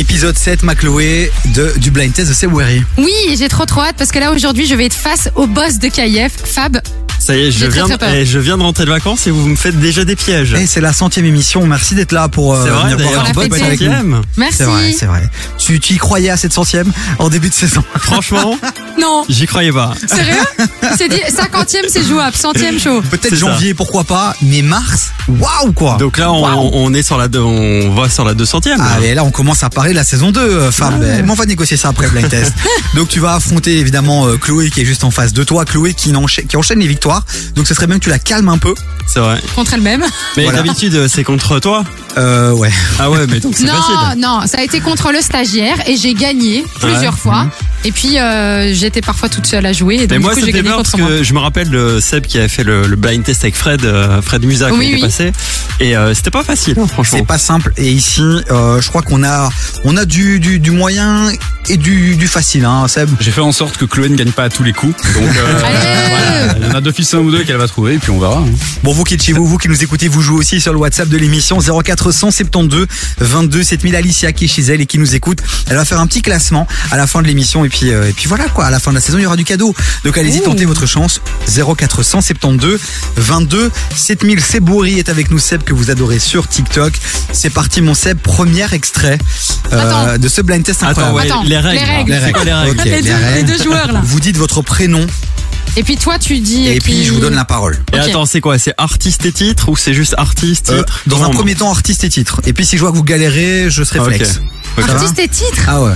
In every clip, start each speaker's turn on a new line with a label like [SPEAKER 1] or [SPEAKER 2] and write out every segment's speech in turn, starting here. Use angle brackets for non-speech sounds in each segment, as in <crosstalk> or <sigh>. [SPEAKER 1] l'épisode 7, Macloé, de, du blind test de Seweri.
[SPEAKER 2] Oui, j'ai trop trop hâte parce que là aujourd'hui je vais être face au boss de KIF, Fab.
[SPEAKER 3] Ça y est, je
[SPEAKER 2] J'ai très,
[SPEAKER 3] viens,
[SPEAKER 2] très peur.
[SPEAKER 3] eh, je viens de rentrer de vacances et vous me faites déjà des pièges.
[SPEAKER 1] Eh, c'est la centième émission. Merci d'être là pour euh,
[SPEAKER 3] c'est vrai,
[SPEAKER 1] venir boire
[SPEAKER 3] d'ailleurs,
[SPEAKER 1] un
[SPEAKER 2] Pour la
[SPEAKER 3] bonne
[SPEAKER 1] pot
[SPEAKER 2] fêter.
[SPEAKER 1] avec nous.
[SPEAKER 3] cinquième.
[SPEAKER 2] Merci.
[SPEAKER 1] C'est vrai, c'est vrai. Tu, tu y croyais à cette centième en début de
[SPEAKER 3] <laughs>
[SPEAKER 1] saison.
[SPEAKER 3] Franchement,
[SPEAKER 2] Non,
[SPEAKER 3] j'y croyais pas.
[SPEAKER 2] sérieux C'est dit 50e c'est jouable, 100e show.
[SPEAKER 1] Peut-être
[SPEAKER 3] C'est ça.
[SPEAKER 1] janvier, pourquoi pas, mais mars, waouh quoi
[SPEAKER 3] Donc là, on,
[SPEAKER 1] Waouh.
[SPEAKER 3] on est sur la, deux- on va sur la 200ème.
[SPEAKER 1] Ah, mais là, on commence à parler de la saison 2, euh, Fab. Eh, Mais on va négocier ça après blind test. Donc, tu vas affronter évidemment euh, Chloé qui est juste en face de toi. Chloé qui enchaîne, qui enchaîne les victoires. Donc, ce serait bien que tu la calmes un peu.
[SPEAKER 3] c'est vrai.
[SPEAKER 1] <laughs>
[SPEAKER 2] Contre elle-même.
[SPEAKER 3] Mais
[SPEAKER 1] Voilà.
[SPEAKER 3] d'habitude, c'est contre toi.
[SPEAKER 1] Euh, ouais.
[SPEAKER 3] Ah ouais, mais donc c'est
[SPEAKER 2] Non,
[SPEAKER 3] facile.
[SPEAKER 2] non, ça a été contre le stagiaire et j'ai gagné plusieurs fois.
[SPEAKER 1] Mhm.
[SPEAKER 2] Et puis euh, j'étais parfois toute seule à jouer. Et donc,
[SPEAKER 3] Mais
[SPEAKER 2] du
[SPEAKER 3] moi,
[SPEAKER 2] coup, j'ai
[SPEAKER 3] c'était
[SPEAKER 2] gagné
[SPEAKER 3] bien parce
[SPEAKER 2] contre moi.
[SPEAKER 3] que je me rappelle le Seb qui avait fait le, le blind test avec Fred, euh, Fred Musa, qui
[SPEAKER 2] Oui,
[SPEAKER 3] était
[SPEAKER 2] oui.
[SPEAKER 3] passé. Et euh, c'était pas facile, hein, franchement.
[SPEAKER 1] C'est pas simple. Et ici, euh, je crois qu'on a, on a du, du, du moyen et du, du facile, hein, Seb.
[SPEAKER 4] J'ai fait en sorte que Chloé ne gagne pas à tous les coups. Donc, euh,
[SPEAKER 2] <laughs> Allez
[SPEAKER 4] voilà, il y en a d'office un ou deux qu'elle va trouver, et puis on verra. hein.
[SPEAKER 1] Bon, vous qui êtes chez vous, vous qui nous écoutez, vous jouez aussi sur le WhatsApp de l'émission 0472 22 7000. Alicia qui est chez elle et qui nous écoute. Elle va faire un petit classement à la fin de l'émission. Et puis, euh, et puis voilà quoi. À la fin de la saison, il y aura du cadeau. Donc allez-y, tentez votre chance. 0472 22 7000. C'est Bourri est avec nous, Seb, que vous adorez sur TikTok. C'est parti, mon Seb. Premier extrait euh, de ce blind test
[SPEAKER 3] Attends,
[SPEAKER 1] incroyable.
[SPEAKER 3] ouais,
[SPEAKER 2] Attends,
[SPEAKER 3] les règles.
[SPEAKER 2] les règles.
[SPEAKER 3] C'est quoi les règles
[SPEAKER 1] Ok,
[SPEAKER 2] <laughs> les, deux,
[SPEAKER 1] règles.
[SPEAKER 2] les deux joueurs là.
[SPEAKER 1] Vous dites votre prénom
[SPEAKER 2] Et puis toi tu dis.
[SPEAKER 1] et
[SPEAKER 2] qui-
[SPEAKER 1] puis je vous donne la parole.
[SPEAKER 3] Et
[SPEAKER 2] Ok.
[SPEAKER 3] attends, c'est quoi C'est artiste et titre ou c'est juste artiste
[SPEAKER 1] Euh,
[SPEAKER 3] titre
[SPEAKER 1] dans un
[SPEAKER 3] Comment
[SPEAKER 1] premier temps, artiste et titre. Et puis si je vois que vous galérez, je serai
[SPEAKER 3] Ah, ok.
[SPEAKER 1] flex.
[SPEAKER 3] Ok.
[SPEAKER 1] Ça va
[SPEAKER 2] Artiste et titre.
[SPEAKER 1] Ah ouais.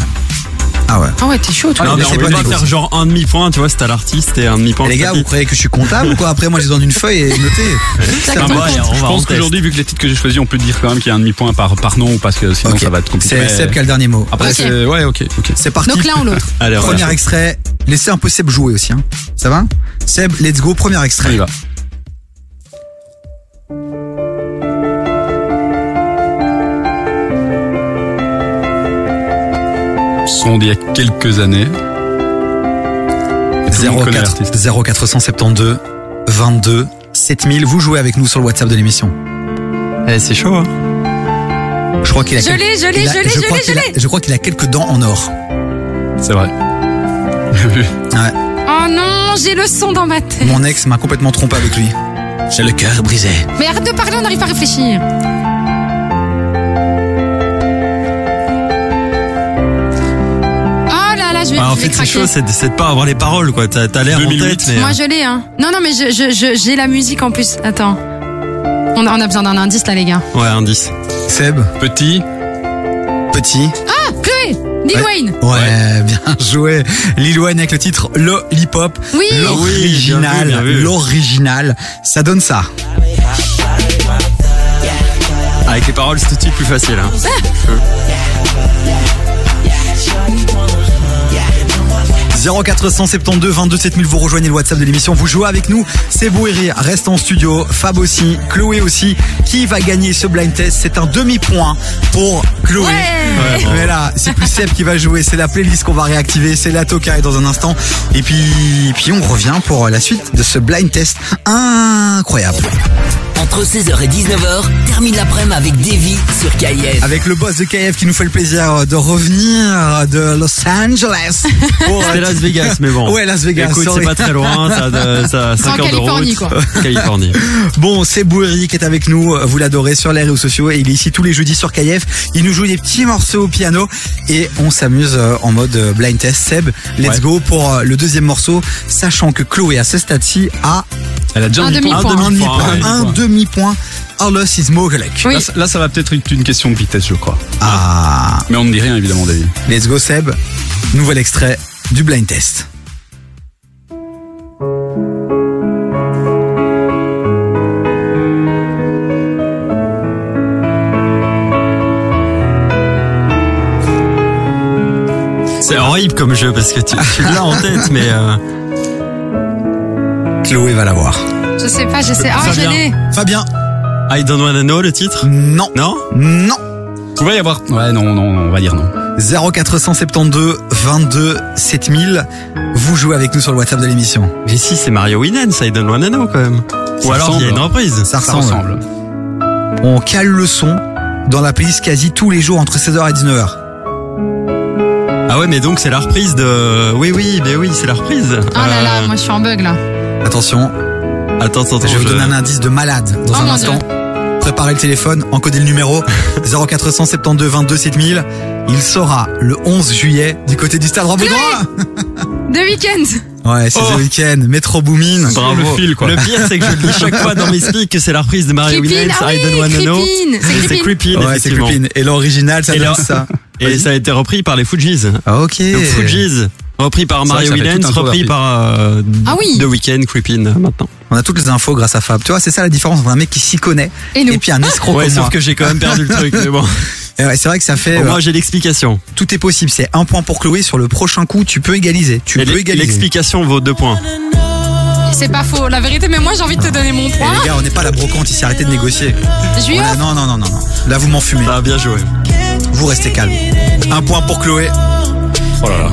[SPEAKER 1] Ah ouais.
[SPEAKER 2] Ah ouais, t'es chaud toi.
[SPEAKER 3] Non,
[SPEAKER 1] mais
[SPEAKER 3] mais
[SPEAKER 1] c'est
[SPEAKER 3] on
[SPEAKER 1] pas
[SPEAKER 3] peut pas
[SPEAKER 1] négocié.
[SPEAKER 3] faire genre un demi-point, tu vois, c'est à l'artiste et un demi-point.
[SPEAKER 1] Et les
[SPEAKER 3] au
[SPEAKER 1] gars, vous
[SPEAKER 3] titre.
[SPEAKER 1] croyez que je suis comptable ou quoi Après, moi, j'ai dans une feuille et noté.
[SPEAKER 2] Exactement.
[SPEAKER 3] Ah, bah, alors, on
[SPEAKER 4] Je
[SPEAKER 3] va en
[SPEAKER 4] pense
[SPEAKER 3] test.
[SPEAKER 4] qu'aujourd'hui, vu que les titres que j'ai choisis, on peut dire quand même qu'il y a un demi-point par, par nom, parce que sinon
[SPEAKER 1] Ok.
[SPEAKER 4] ça va être compliqué. Ah.
[SPEAKER 1] C'est
[SPEAKER 4] Mais
[SPEAKER 1] Seb qui a le dernier mot.
[SPEAKER 4] Après,
[SPEAKER 2] Ok.
[SPEAKER 4] c'est. Ouais, ok, ok.
[SPEAKER 1] C'est parti.
[SPEAKER 2] Donc l'un ou l'autre.
[SPEAKER 3] Allez, on va
[SPEAKER 1] Premier extrait. Laissez un peu Seb jouer aussi. Hein. Ça va Seb, let's go. Premier
[SPEAKER 4] On
[SPEAKER 1] extrait.
[SPEAKER 4] y va. Son d'il y a quelques années. Et tout le monde connaît
[SPEAKER 1] 04
[SPEAKER 4] l'artiste.
[SPEAKER 1] 0472 22 7000. Vous jouez avec nous sur le WhatsApp de l'émission.
[SPEAKER 3] Eh, c'est chaud, hein
[SPEAKER 1] Je crois qu'il a.
[SPEAKER 2] Je
[SPEAKER 1] quelques-
[SPEAKER 2] l'ai, je l'ai,
[SPEAKER 1] il a-
[SPEAKER 2] je l'ai, je
[SPEAKER 1] crois
[SPEAKER 2] l'ai, je
[SPEAKER 1] qu'il a-
[SPEAKER 2] l'ai.
[SPEAKER 1] Je crois qu'il a quelques dents en or.
[SPEAKER 4] C'est vrai.
[SPEAKER 2] Oh non, j'ai le son dans ma tête.
[SPEAKER 1] Mon ex m'a complètement trompé avec lui. J'ai le cœur brisé.
[SPEAKER 2] Mais arrête de parler, on n'arrive pas à réfléchir. Oh là là, je vais,
[SPEAKER 3] <laughs> Bah, en
[SPEAKER 2] je vais
[SPEAKER 3] fait, c'est
[SPEAKER 2] craquer.
[SPEAKER 3] chaud, c'est de, c'est de pas avoir les paroles, quoi. T'as t'as l'air en
[SPEAKER 4] 2008.
[SPEAKER 3] tête, mais.
[SPEAKER 2] Moi, je l'ai, hein. Non, non, mais je, je, je- j'ai la musique en plus. Attends. On a, on a besoin d'un indice, là, les gars.
[SPEAKER 3] Ouais, indice.
[SPEAKER 1] Seb,
[SPEAKER 4] Petit,
[SPEAKER 1] petit.
[SPEAKER 2] Ah, Chloé Lil
[SPEAKER 1] Ouais.
[SPEAKER 2] Wayne
[SPEAKER 1] Ouais, bien <laughs> joué. Lil Wayne avec le titre Lollipop.
[SPEAKER 2] Oui.
[SPEAKER 3] bien
[SPEAKER 1] L'original,
[SPEAKER 3] vu, bien vu.
[SPEAKER 1] l'original, ça donne ça.
[SPEAKER 3] Avec les paroles, c'est tout de suite plus facile, hein. Euh,
[SPEAKER 1] 0472 22 7000, vous rejoignez le WhatsApp de l'émission, vous jouez avec nous, c'est beau et rire, reste en studio, Fab aussi, Chloé aussi, qui va gagner ce blind test C'est un demi-point pour Chloé.
[SPEAKER 2] Ouais.
[SPEAKER 3] Ouais, bon.
[SPEAKER 1] Mais là, c'est plus Seb qui va jouer, c'est la playlist qu'on va réactiver, c'est la tocaille dans un instant. Et puis, puis on revient pour la suite de ce blind test incroyable.
[SPEAKER 5] Entre 16h et 19h, termine l'après-midi avec Davy sur KIF.
[SPEAKER 1] Avec le boss de KF qui nous fait le plaisir de revenir de Los Angeles. Pour,
[SPEAKER 3] C'était Las Vegas, mais bon.
[SPEAKER 1] Ouais, Las Vegas.
[SPEAKER 3] Écoute, c'est
[SPEAKER 1] sorry.
[SPEAKER 3] pas très loin, ça, de- ça a 5 heures de route.
[SPEAKER 2] Californie, quoi.
[SPEAKER 3] <laughs> Californie.
[SPEAKER 1] Bon, c'est Bouri qui est avec nous. euh, Vous l'adorez sur les réseaux sociaux et il est ici tous les jeudis sur KF. Il nous joue des petits morceaux au piano et on s'amuse euh, en mode euh, blind test. Seb, let's
[SPEAKER 3] Ouais.
[SPEAKER 1] go pour euh, le deuxième morceau, sachant que Chloé à ce stade-ci a
[SPEAKER 4] elle a déjà
[SPEAKER 2] Un
[SPEAKER 4] demi-point.
[SPEAKER 1] un
[SPEAKER 2] demi-point.
[SPEAKER 3] Un demi-point,
[SPEAKER 1] demi-point.
[SPEAKER 3] ouais.
[SPEAKER 1] Un demi-point. Arlos is Mogelec.
[SPEAKER 2] Oui.
[SPEAKER 4] Là, ça- là, ça va peut-être être une question de vitesse, je crois.
[SPEAKER 1] Ah,
[SPEAKER 4] Mais on ne dit rien, évidemment, David.
[SPEAKER 1] let's go Seb. Nouvel extrait du blind test.
[SPEAKER 3] C'est horrible comme jeu parce que tu, tu l'as en tête, mais. euh,
[SPEAKER 1] Chloé va l'avoir.
[SPEAKER 2] Je sais pas, je sais.
[SPEAKER 3] peux
[SPEAKER 2] Ah,
[SPEAKER 3] pas
[SPEAKER 2] je
[SPEAKER 3] bien.
[SPEAKER 2] l'ai.
[SPEAKER 1] Fabien,
[SPEAKER 3] I don't wanna know le titre
[SPEAKER 1] non.
[SPEAKER 3] Non
[SPEAKER 1] Non.
[SPEAKER 4] Il va y avoir. Ouais, non, non, on va dire non.
[SPEAKER 1] 0472 22 7000. Vous jouez avec nous sur le WhatsApp de l'émission.
[SPEAKER 3] Mais si, c'est Mario Winans, I don't wanna know quand même. Ou
[SPEAKER 4] Ça
[SPEAKER 3] alors, il y a
[SPEAKER 4] ressemble.
[SPEAKER 3] une reprise.
[SPEAKER 1] Ça
[SPEAKER 4] Ça
[SPEAKER 1] ressemble.
[SPEAKER 4] ressemble.
[SPEAKER 3] euh,
[SPEAKER 1] On cale le son dans la playlist quasi tous les jours entre 16h et 19h.
[SPEAKER 3] Ah ouais, mais donc c'est la reprise de. Oui, oui, mais oui, c'est la reprise.
[SPEAKER 2] Oh là là,
[SPEAKER 3] Euh,
[SPEAKER 2] moi je suis en bug là.
[SPEAKER 1] Attention,
[SPEAKER 3] Attends, attends,
[SPEAKER 1] je vais vous donner un indice de malade dans
[SPEAKER 2] Oh
[SPEAKER 1] un
[SPEAKER 2] mon
[SPEAKER 1] instant. Préparez le téléphone, encodez le
[SPEAKER 3] <laughs>
[SPEAKER 1] numéro 0472 22 7000. Il sera le 11 juillet du côté du stade Rambouillet.
[SPEAKER 2] De week-end.
[SPEAKER 1] Ouais, c'est
[SPEAKER 3] Oh.
[SPEAKER 1] The Weeknd, Metro Boomin.
[SPEAKER 4] Bravo. le fil, quoi.
[SPEAKER 3] Le pire, c'est que je le
[SPEAKER 4] <laughs>
[SPEAKER 3] dis chaque fois dans mes speaks que c'est la reprise de Mario
[SPEAKER 2] Creepin,
[SPEAKER 3] Winans,
[SPEAKER 2] ah
[SPEAKER 3] I
[SPEAKER 2] oui,
[SPEAKER 3] Don't Wanna Know.
[SPEAKER 2] Creepin, c'est
[SPEAKER 3] Et
[SPEAKER 2] Creepin.
[SPEAKER 3] <laughs> C'est Creepin,
[SPEAKER 1] Ouais, c'est
[SPEAKER 3] effectivement.
[SPEAKER 1] Creepin. Et l'original, ça
[SPEAKER 3] Et
[SPEAKER 1] donne
[SPEAKER 3] là- <laughs>
[SPEAKER 1] ça.
[SPEAKER 3] Et ça a été repris par les Fujis.
[SPEAKER 1] Ah, ok.
[SPEAKER 3] Donc Fujis, repris par
[SPEAKER 4] C'est vrai
[SPEAKER 3] Mario
[SPEAKER 4] que ça fait
[SPEAKER 3] Winans,
[SPEAKER 4] tout un
[SPEAKER 3] repris
[SPEAKER 4] cover.
[SPEAKER 3] par euh,
[SPEAKER 2] Ah oui.
[SPEAKER 3] The Weeknd, Creepin, euh, maintenant.
[SPEAKER 1] On a toutes les infos grâce à Fab. Tu vois, c'est ça la différence entre un mec qui s'y connaît
[SPEAKER 2] Et nous.
[SPEAKER 1] puis un escroc
[SPEAKER 3] Ouais,
[SPEAKER 1] comme
[SPEAKER 3] sauf
[SPEAKER 1] moi.
[SPEAKER 3] que j'ai quand même perdu le truc,
[SPEAKER 4] <laughs>
[SPEAKER 3] mais bon.
[SPEAKER 1] Et ouais, c'est vrai que ça fait.
[SPEAKER 3] Au
[SPEAKER 1] euh,
[SPEAKER 3] moins, j'ai l'explication.
[SPEAKER 1] tout est possible. C'est un point pour Chloé. Sur le prochain coup, tu peux égaliser. Tu
[SPEAKER 3] Et
[SPEAKER 1] peux
[SPEAKER 3] l-
[SPEAKER 1] égaliser.
[SPEAKER 3] L'explication vaut deux points.
[SPEAKER 2] C'est pas faux, la vérité, mais moi j'ai envie de te donner mon
[SPEAKER 1] Eh,
[SPEAKER 2] point.
[SPEAKER 1] les gars, on n'est pas à la brocante ici. Arrêtez de négocier.
[SPEAKER 2] Je lui
[SPEAKER 1] On a-
[SPEAKER 2] offre.
[SPEAKER 1] non, non, non, non, non. Là, vous m'enfumez.
[SPEAKER 3] Ça a bien joué.
[SPEAKER 1] Vous restez calme. Un point pour Chloé.
[SPEAKER 4] Oh là là.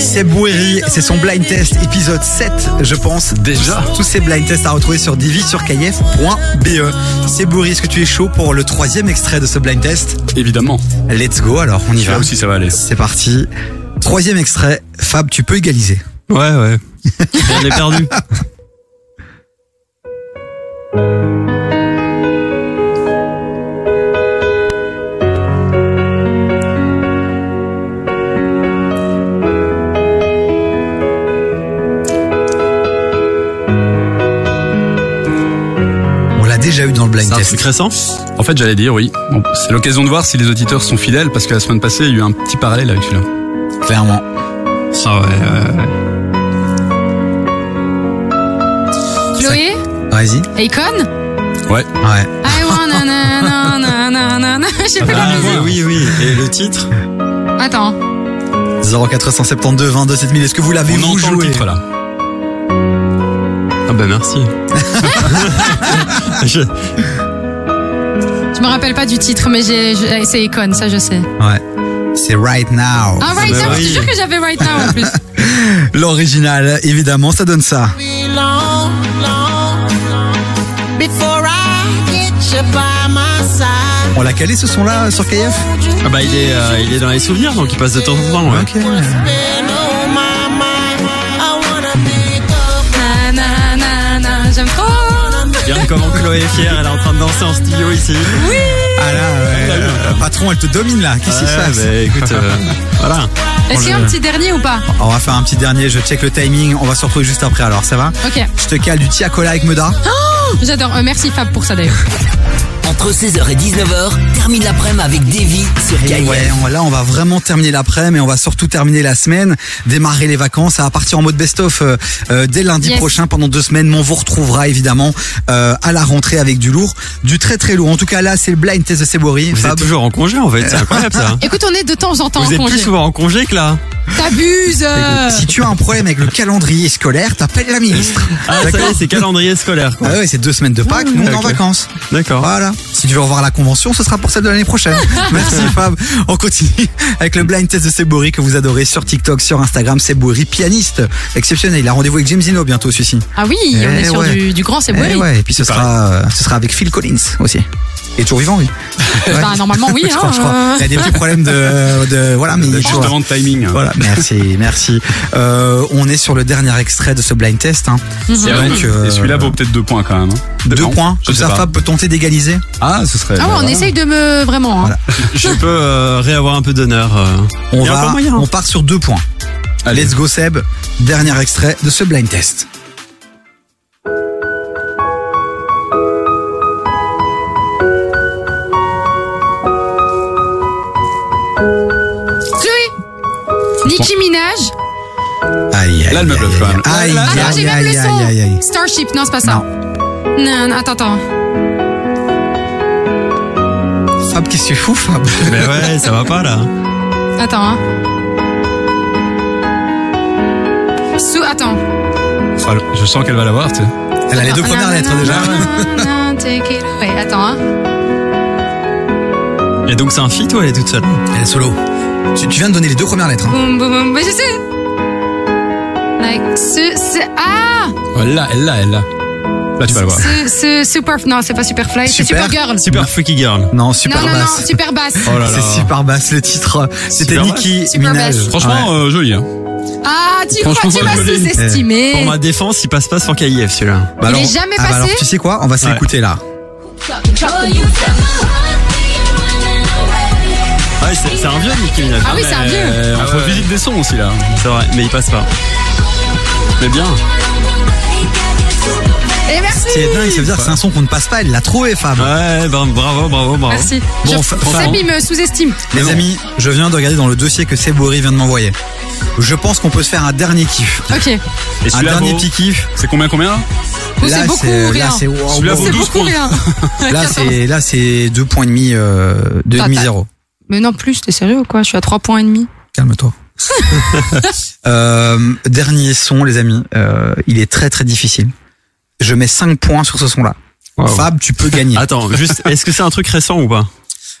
[SPEAKER 1] C'est Bouéry, c'est son blind test épisode 7, je pense. Déjà Tous ces blind tests à retrouver sur divisurkf.be. E. C'est Bouéry, est-ce que tu es chaud pour le troisième extrait de ce blind test
[SPEAKER 4] Évidemment.
[SPEAKER 1] Let's go alors, on y va.
[SPEAKER 4] Là aussi, ça va aller.
[SPEAKER 1] C'est parti. Troisième extrait, Fab, tu peux égaliser.
[SPEAKER 3] Ouais, ouais. On
[SPEAKER 4] <laughs>
[SPEAKER 3] est perdu.
[SPEAKER 1] On l'a déjà eu dans le blind
[SPEAKER 3] C'est un
[SPEAKER 1] test.
[SPEAKER 3] truc récent
[SPEAKER 4] En fait, j'allais dire oui. Bon, c'est l'occasion de voir si les auditeurs sont fidèles parce que la semaine passée, il y a eu un petit parallèle avec celui-là.
[SPEAKER 1] Clairement.
[SPEAKER 3] Ah ouais, ouais, ouais.
[SPEAKER 2] Chloé,
[SPEAKER 1] Vas-y.
[SPEAKER 2] Akon.
[SPEAKER 1] Ouais.
[SPEAKER 2] I wanna na na na na na <laughs> na. J'ai plus la
[SPEAKER 3] Ah
[SPEAKER 2] musique.
[SPEAKER 3] oui, oui, oui. Et le titre
[SPEAKER 2] Attends.
[SPEAKER 1] 0472 22 7000. Est-ce que vous l'avez
[SPEAKER 4] On
[SPEAKER 1] vous
[SPEAKER 4] entend le
[SPEAKER 1] joué
[SPEAKER 4] titre là.
[SPEAKER 3] Ah bah merci. Je-
[SPEAKER 2] Je me rappelle pas du titre, mais j'ai, j'ai- c'est Icon, ça je sais.
[SPEAKER 1] <laughs> Ouais. C'est Right Now.
[SPEAKER 2] Ah, Right
[SPEAKER 3] bah
[SPEAKER 2] Now, je
[SPEAKER 3] oui.
[SPEAKER 2] te jure que j'avais Right Now en plus.
[SPEAKER 1] L'original, évidemment, ça donne ça.
[SPEAKER 6] be long, long, long before I get you by my side.
[SPEAKER 1] On l'a calé ce son-là sur KF
[SPEAKER 3] Ah bah il est, euh, il est dans les souvenirs, donc il passe de temps en temps. Ouais.
[SPEAKER 1] Ok.
[SPEAKER 6] Been on my mind. I wanna pick up.
[SPEAKER 2] Na na na na, j'aime trop.
[SPEAKER 3] Regarde comment Chloé est fière, elle est en train de danser en studio ici.
[SPEAKER 1] Ah là, ouais, euh, patron, elle te domine là. Qu'est-ce qui se
[SPEAKER 3] hein. Ouais,
[SPEAKER 1] passe
[SPEAKER 3] bah, écoute, euh, <laughs> voilà.
[SPEAKER 2] Est-ce qu'il y a un petit dernier ou pas
[SPEAKER 1] <laughs> On va faire un petit dernier. Je check le timing. On va se retrouver juste après. Alors, ça va
[SPEAKER 2] Ok,
[SPEAKER 1] Je te cale du Tiakola avec Meda.
[SPEAKER 2] j'adore. Euh, merci Fab pour ça d'ailleurs.
[SPEAKER 5] Entre 16h et 19h, termine l'après-midi avec Davy sur
[SPEAKER 1] Et
[SPEAKER 5] KIF.
[SPEAKER 1] ouais, on- là, on va vraiment terminer l'après, mais on va surtout terminer la semaine, démarrer les vacances. Ça va partir en mode best-of euh, euh, dès lundi
[SPEAKER 2] Yes.
[SPEAKER 1] prochain, pendant deux semaines. Mais on vous retrouvera évidemment euh, à la rentrée avec du lourd, du très très lourd. En tout cas, là, c'est le blind test de Sebori.
[SPEAKER 3] Vous êtes
[SPEAKER 1] Fab.
[SPEAKER 3] toujours en congé en fait, c'est incroyable ça.
[SPEAKER 2] Écoute, on est de temps en temps
[SPEAKER 3] Vous
[SPEAKER 2] en
[SPEAKER 3] êtes
[SPEAKER 2] congé.
[SPEAKER 3] plus souvent en congé que là.
[SPEAKER 2] T'abuses. euh.
[SPEAKER 1] Si tu as un problème avec le calendrier scolaire, t'appelles la ministre.
[SPEAKER 3] Ah ça y est, c'est calendrier scolaire quoi.
[SPEAKER 1] Ah ouais, c'est deux semaines de Pâques, nous on est en
[SPEAKER 3] ok.
[SPEAKER 1] vacances.
[SPEAKER 3] D'accord.
[SPEAKER 1] Voilà. Si tu veux revoir la convention, ce sera pour celle de l'année prochaine. Merci Fab. On continue avec le blind test de Sebori que vous adorez sur TikTok, sur Instagram. Sebori, pianiste exceptionnel. Il a rendez-vous avec James Zino bientôt, celui-ci.
[SPEAKER 2] Ah oui, on
[SPEAKER 1] Eh
[SPEAKER 2] est sur
[SPEAKER 1] ouais.
[SPEAKER 2] du, du grand, c'est
[SPEAKER 1] Eh ouais, et puis ce sera, euh, ce sera avec Phil Collins aussi. Et toujours vivant, oui.
[SPEAKER 2] Bah, normalement, oui,
[SPEAKER 1] <laughs> je crois,
[SPEAKER 2] hein,
[SPEAKER 1] je crois.
[SPEAKER 2] euh.
[SPEAKER 1] Il y a des petits problèmes de, de voilà, mais il
[SPEAKER 4] Juste
[SPEAKER 1] faut-
[SPEAKER 3] hein.
[SPEAKER 4] avant le timing.
[SPEAKER 1] Voilà, merci, merci. Euh, on est sur le dernier extrait de ce blind test. Hein.
[SPEAKER 4] Et,
[SPEAKER 1] Donc,
[SPEAKER 4] donc,
[SPEAKER 1] euh,
[SPEAKER 4] et celui-là vaut peut-être deux points quand même. hein.
[SPEAKER 1] Deux
[SPEAKER 4] Non,
[SPEAKER 1] points.
[SPEAKER 4] je
[SPEAKER 1] Comme
[SPEAKER 4] sais
[SPEAKER 1] ça,
[SPEAKER 4] pas.
[SPEAKER 1] Fab peut tenter d'égaliser.
[SPEAKER 4] Ah, ce serait.
[SPEAKER 2] Ah ouais, on
[SPEAKER 4] voilà.
[SPEAKER 2] essaye de me vraiment. hein.
[SPEAKER 1] Voilà.
[SPEAKER 3] Je peux euh, réavoir un peu d'honneur. euh. <laughs>
[SPEAKER 1] On
[SPEAKER 3] Il y a
[SPEAKER 1] va,
[SPEAKER 3] encore moyen.
[SPEAKER 1] on part sur deux points.
[SPEAKER 4] Allez.
[SPEAKER 1] Let's go Seb, dernier extrait de ce blind test.
[SPEAKER 2] Chloé, Nicki Minaj.
[SPEAKER 1] Aïe, aïe,
[SPEAKER 4] Là, elle me
[SPEAKER 1] aïe,
[SPEAKER 4] bluffe, quand même.
[SPEAKER 1] Aïe,
[SPEAKER 4] Là,
[SPEAKER 1] aïe,
[SPEAKER 2] Attends, j'ai
[SPEAKER 1] aïe,
[SPEAKER 2] même
[SPEAKER 1] aïe,
[SPEAKER 2] le son.
[SPEAKER 1] aïe, aïe, aïe.
[SPEAKER 2] Starship, non, c'est pas ça. Non, non, attends, attends.
[SPEAKER 1] Fab, qu'est-ce que tu fous, Fab <laughs>
[SPEAKER 3] Mais ouais, ça va pas là.
[SPEAKER 2] Attends, hein. Sous, attends.
[SPEAKER 4] Ah, Je sens qu'elle va l'avoir, tu sais.
[SPEAKER 1] Elle a les deux
[SPEAKER 2] Attends,
[SPEAKER 1] premières lettres
[SPEAKER 2] nanana,
[SPEAKER 1] déjà.
[SPEAKER 2] nanana, take it away. Attends, hein.
[SPEAKER 3] Et donc c'est un feat ou elle est toute seule
[SPEAKER 1] Elle est solo. Tu, tu viens de donner les deux premières lettres. hein.
[SPEAKER 2] Boum, boum, boum. Mais je sais. Like, ah! ce, ce- ah!
[SPEAKER 4] Elle l'a, elle l'a, elle l'a. Là, tu vas le voir.
[SPEAKER 2] Ce, ce super, non, c'est pas Superfly, c'est
[SPEAKER 1] Super.
[SPEAKER 2] Supergirl.
[SPEAKER 3] Super freaky girl.
[SPEAKER 1] Non, super
[SPEAKER 2] non, non,
[SPEAKER 1] basse.
[SPEAKER 2] non, super basse.
[SPEAKER 4] Oh là là.
[SPEAKER 1] C'est super basse le titre. C'était
[SPEAKER 4] Super
[SPEAKER 1] Nicki
[SPEAKER 2] basse. Super
[SPEAKER 1] Minaj.
[SPEAKER 2] basse.
[SPEAKER 4] Franchement, euh, joli. Hein.
[SPEAKER 2] Ah, tu crois,
[SPEAKER 4] Franchement,
[SPEAKER 2] tu m'as
[SPEAKER 4] je l'ai.
[SPEAKER 3] Eh, Pour
[SPEAKER 2] sous-estimé.
[SPEAKER 3] ma défense, il passe pas sans KIF celui-là.
[SPEAKER 1] Bah
[SPEAKER 2] Il est jamais
[SPEAKER 1] ah bah
[SPEAKER 2] passé
[SPEAKER 1] alors, tu sais quoi On va s'écouter là.
[SPEAKER 3] Ouais, c'est c'est un vieux Nicki Minaj. hein,
[SPEAKER 2] Ah oui, c'est un vieux.
[SPEAKER 4] Euh, on fait visite des sons aussi là.
[SPEAKER 3] C'est vrai, mais il passe pas.
[SPEAKER 4] Mais bien.
[SPEAKER 2] Et Eh, merci.
[SPEAKER 1] Ce qui est dingue, ça veut dire que c'est un son qu'on ne passe pas. Elle l'a trouvé, Fab.
[SPEAKER 3] Ouais, bah, bravo, bravo, bravo.
[SPEAKER 2] Merci.
[SPEAKER 1] Bon,
[SPEAKER 2] Je-
[SPEAKER 1] fa- fa-
[SPEAKER 2] Seb, il me sous-estime.
[SPEAKER 1] Les amis, je viens de regarder dans le dossier que Seb Bory vient de m'envoyer. Je pense qu'on peut se faire un dernier kiff.
[SPEAKER 2] Ok.
[SPEAKER 3] Et
[SPEAKER 1] Un
[SPEAKER 3] celui-là,
[SPEAKER 1] dernier
[SPEAKER 3] beau.
[SPEAKER 1] petit kiff.
[SPEAKER 4] C'est combien, combien
[SPEAKER 2] Ou c'est beaucoup ou
[SPEAKER 1] là
[SPEAKER 2] rien.
[SPEAKER 1] c'est wow,
[SPEAKER 4] Celui-là,
[SPEAKER 1] wow.
[SPEAKER 4] vaut
[SPEAKER 2] C'est
[SPEAKER 4] 12
[SPEAKER 2] beaucoup
[SPEAKER 4] points.
[SPEAKER 2] rien.
[SPEAKER 1] là
[SPEAKER 2] 14.
[SPEAKER 1] c'est là c'est deux points et demi, euh, deux et demi
[SPEAKER 2] Total.
[SPEAKER 1] zéro.
[SPEAKER 2] Mais non, plus, t'es sérieux ou quoi Je suis à 3 points et demi. <laughs>
[SPEAKER 1] Calme-toi. Euh, dernier son, les amis. Euh, il est très très difficile. Je mets 5 points sur ce son-là. Fab, tu peux gagner.
[SPEAKER 4] Ah.
[SPEAKER 1] Euh,
[SPEAKER 3] Attends, juste, est-ce que c'est un truc récent ou pas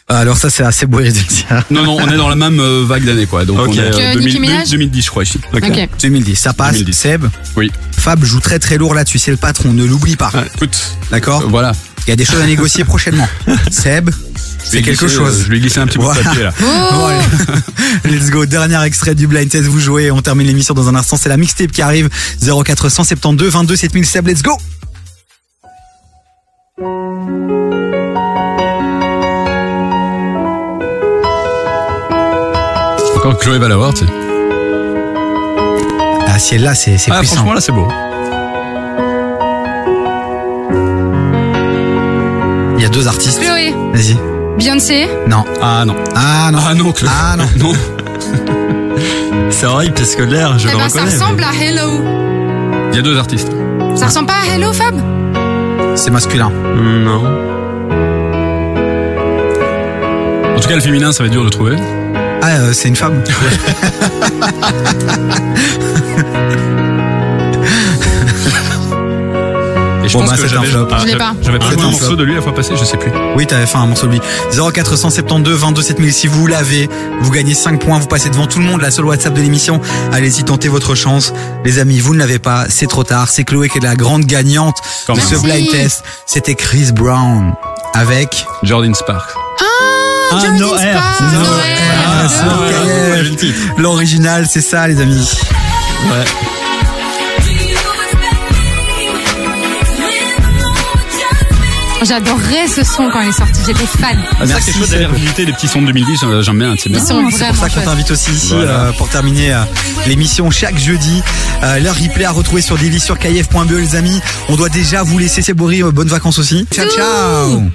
[SPEAKER 1] Alors ça, c'est assez beau de
[SPEAKER 4] <laughs>
[SPEAKER 1] le dire.
[SPEAKER 4] Non, non, on est dans la même euh, vague d'années quoi. Donc
[SPEAKER 3] Ok.
[SPEAKER 4] on est euh,
[SPEAKER 2] Que
[SPEAKER 4] 2000,
[SPEAKER 2] Nicki Minaj
[SPEAKER 4] 2010, je crois ici.
[SPEAKER 2] Ok.
[SPEAKER 1] 2010, ça passe.
[SPEAKER 4] 2010.
[SPEAKER 1] Seb.
[SPEAKER 4] Oui.
[SPEAKER 1] Fab joue très très lourd là-dessus. C'est le patron, ne l'oublie pas.
[SPEAKER 4] Ouais, écoute, euh,
[SPEAKER 1] D'accord.
[SPEAKER 4] voilà.
[SPEAKER 1] Il y a
[SPEAKER 4] <laughs>
[SPEAKER 1] des choses à négocier prochainement. Seb, c'est quelque chose.
[SPEAKER 4] Je lui ai glissé un petit bout de
[SPEAKER 1] Voilà.
[SPEAKER 4] papier là.
[SPEAKER 1] Bon,
[SPEAKER 2] Oh
[SPEAKER 1] allez. <laughs> Let's go, dernier extrait du blind test, vous jouez, on termine l'émission dans un instant, c'est la mixtape qui arrive, 0472 22 7000 Seb, let's go
[SPEAKER 4] Encore que Chloé va l'avoir, tu sais.
[SPEAKER 1] Ah si elle là, c'est c'est
[SPEAKER 4] Ah,
[SPEAKER 1] puissant.
[SPEAKER 4] franchement, là, c'est beau.
[SPEAKER 1] Il y a deux artistes.
[SPEAKER 2] Chloé,
[SPEAKER 1] Vas-y.
[SPEAKER 2] Beyoncé. eh
[SPEAKER 1] Non.
[SPEAKER 4] Ah non.
[SPEAKER 1] Ah non.
[SPEAKER 4] Ah non, Chloé.
[SPEAKER 1] Ah non.
[SPEAKER 4] non.
[SPEAKER 3] <laughs> C'est horrible parce que l'air, je
[SPEAKER 2] Eh
[SPEAKER 3] le
[SPEAKER 2] ben, ça
[SPEAKER 3] reconnais. mais-
[SPEAKER 2] ressemble à Hello.
[SPEAKER 4] Il y a deux artistes.
[SPEAKER 2] Ça ressemble pas à Hello, Fab
[SPEAKER 1] C'est masculin.
[SPEAKER 3] Hmm, Non.
[SPEAKER 4] En tout cas, le féminin, ça va être dur de trouver.
[SPEAKER 1] Ah, euh, c'est une femme.
[SPEAKER 4] Et je
[SPEAKER 1] Bon,
[SPEAKER 4] pense
[SPEAKER 1] bah,
[SPEAKER 4] que
[SPEAKER 1] c'est un
[SPEAKER 4] j'avais
[SPEAKER 1] flop.
[SPEAKER 4] ah,
[SPEAKER 2] Je l'ai
[SPEAKER 4] j'avais-
[SPEAKER 2] pas.
[SPEAKER 4] j'avais pas
[SPEAKER 1] C'est
[SPEAKER 4] joué
[SPEAKER 1] un
[SPEAKER 4] un morceau
[SPEAKER 1] flop.
[SPEAKER 4] de lui la fois passée, je sais plus.
[SPEAKER 1] Oui, t'avais fait un morceau de lui. 0472 22 7000. Si vous l'avez, vous gagnez 5 points, vous passez devant tout le monde, la seule WhatsApp de l'émission. Allez-y, tentez votre chance. Les amis, vous ne l'avez pas, c'est trop tard. C'est Chloé qui est la grande gagnante
[SPEAKER 4] Quand
[SPEAKER 1] de
[SPEAKER 4] même.
[SPEAKER 1] ce
[SPEAKER 2] Merci.
[SPEAKER 1] blind test. C'était Chris Brown avec
[SPEAKER 4] Jordan Sparks.
[SPEAKER 2] Ah, Johnny Sparks,
[SPEAKER 1] No
[SPEAKER 2] Noël.
[SPEAKER 1] Air.
[SPEAKER 2] Ah,
[SPEAKER 1] c'est
[SPEAKER 2] Noël.
[SPEAKER 1] Noël.
[SPEAKER 3] Ouais, j'ai le titre.
[SPEAKER 1] l'original, c'est ça les amis.
[SPEAKER 3] Ouais.
[SPEAKER 2] J'adorais ce son quand il est sorti, j'étais fan.
[SPEAKER 4] Ah, c'est ça
[SPEAKER 1] Merci,
[SPEAKER 4] qui est chouette
[SPEAKER 1] Seb.
[SPEAKER 4] d'aller revisiter des petits sons de 2010, euh, j'aime bien,
[SPEAKER 3] Ah,
[SPEAKER 4] c'est bien.
[SPEAKER 2] Ils sont
[SPEAKER 1] C'est pour ça
[SPEAKER 2] vraiment
[SPEAKER 1] qu'on
[SPEAKER 2] chouettes.
[SPEAKER 1] t'invite aussi ici
[SPEAKER 4] Voilà.
[SPEAKER 1] euh, pour terminer euh, l'émission chaque jeudi. Euh, Leur replay à retrouver sur E, Daily sur kf.be les amis. On doit déjà vous laisser, c'est Boris. euh, Bonnes vacances aussi. Ciao, ciao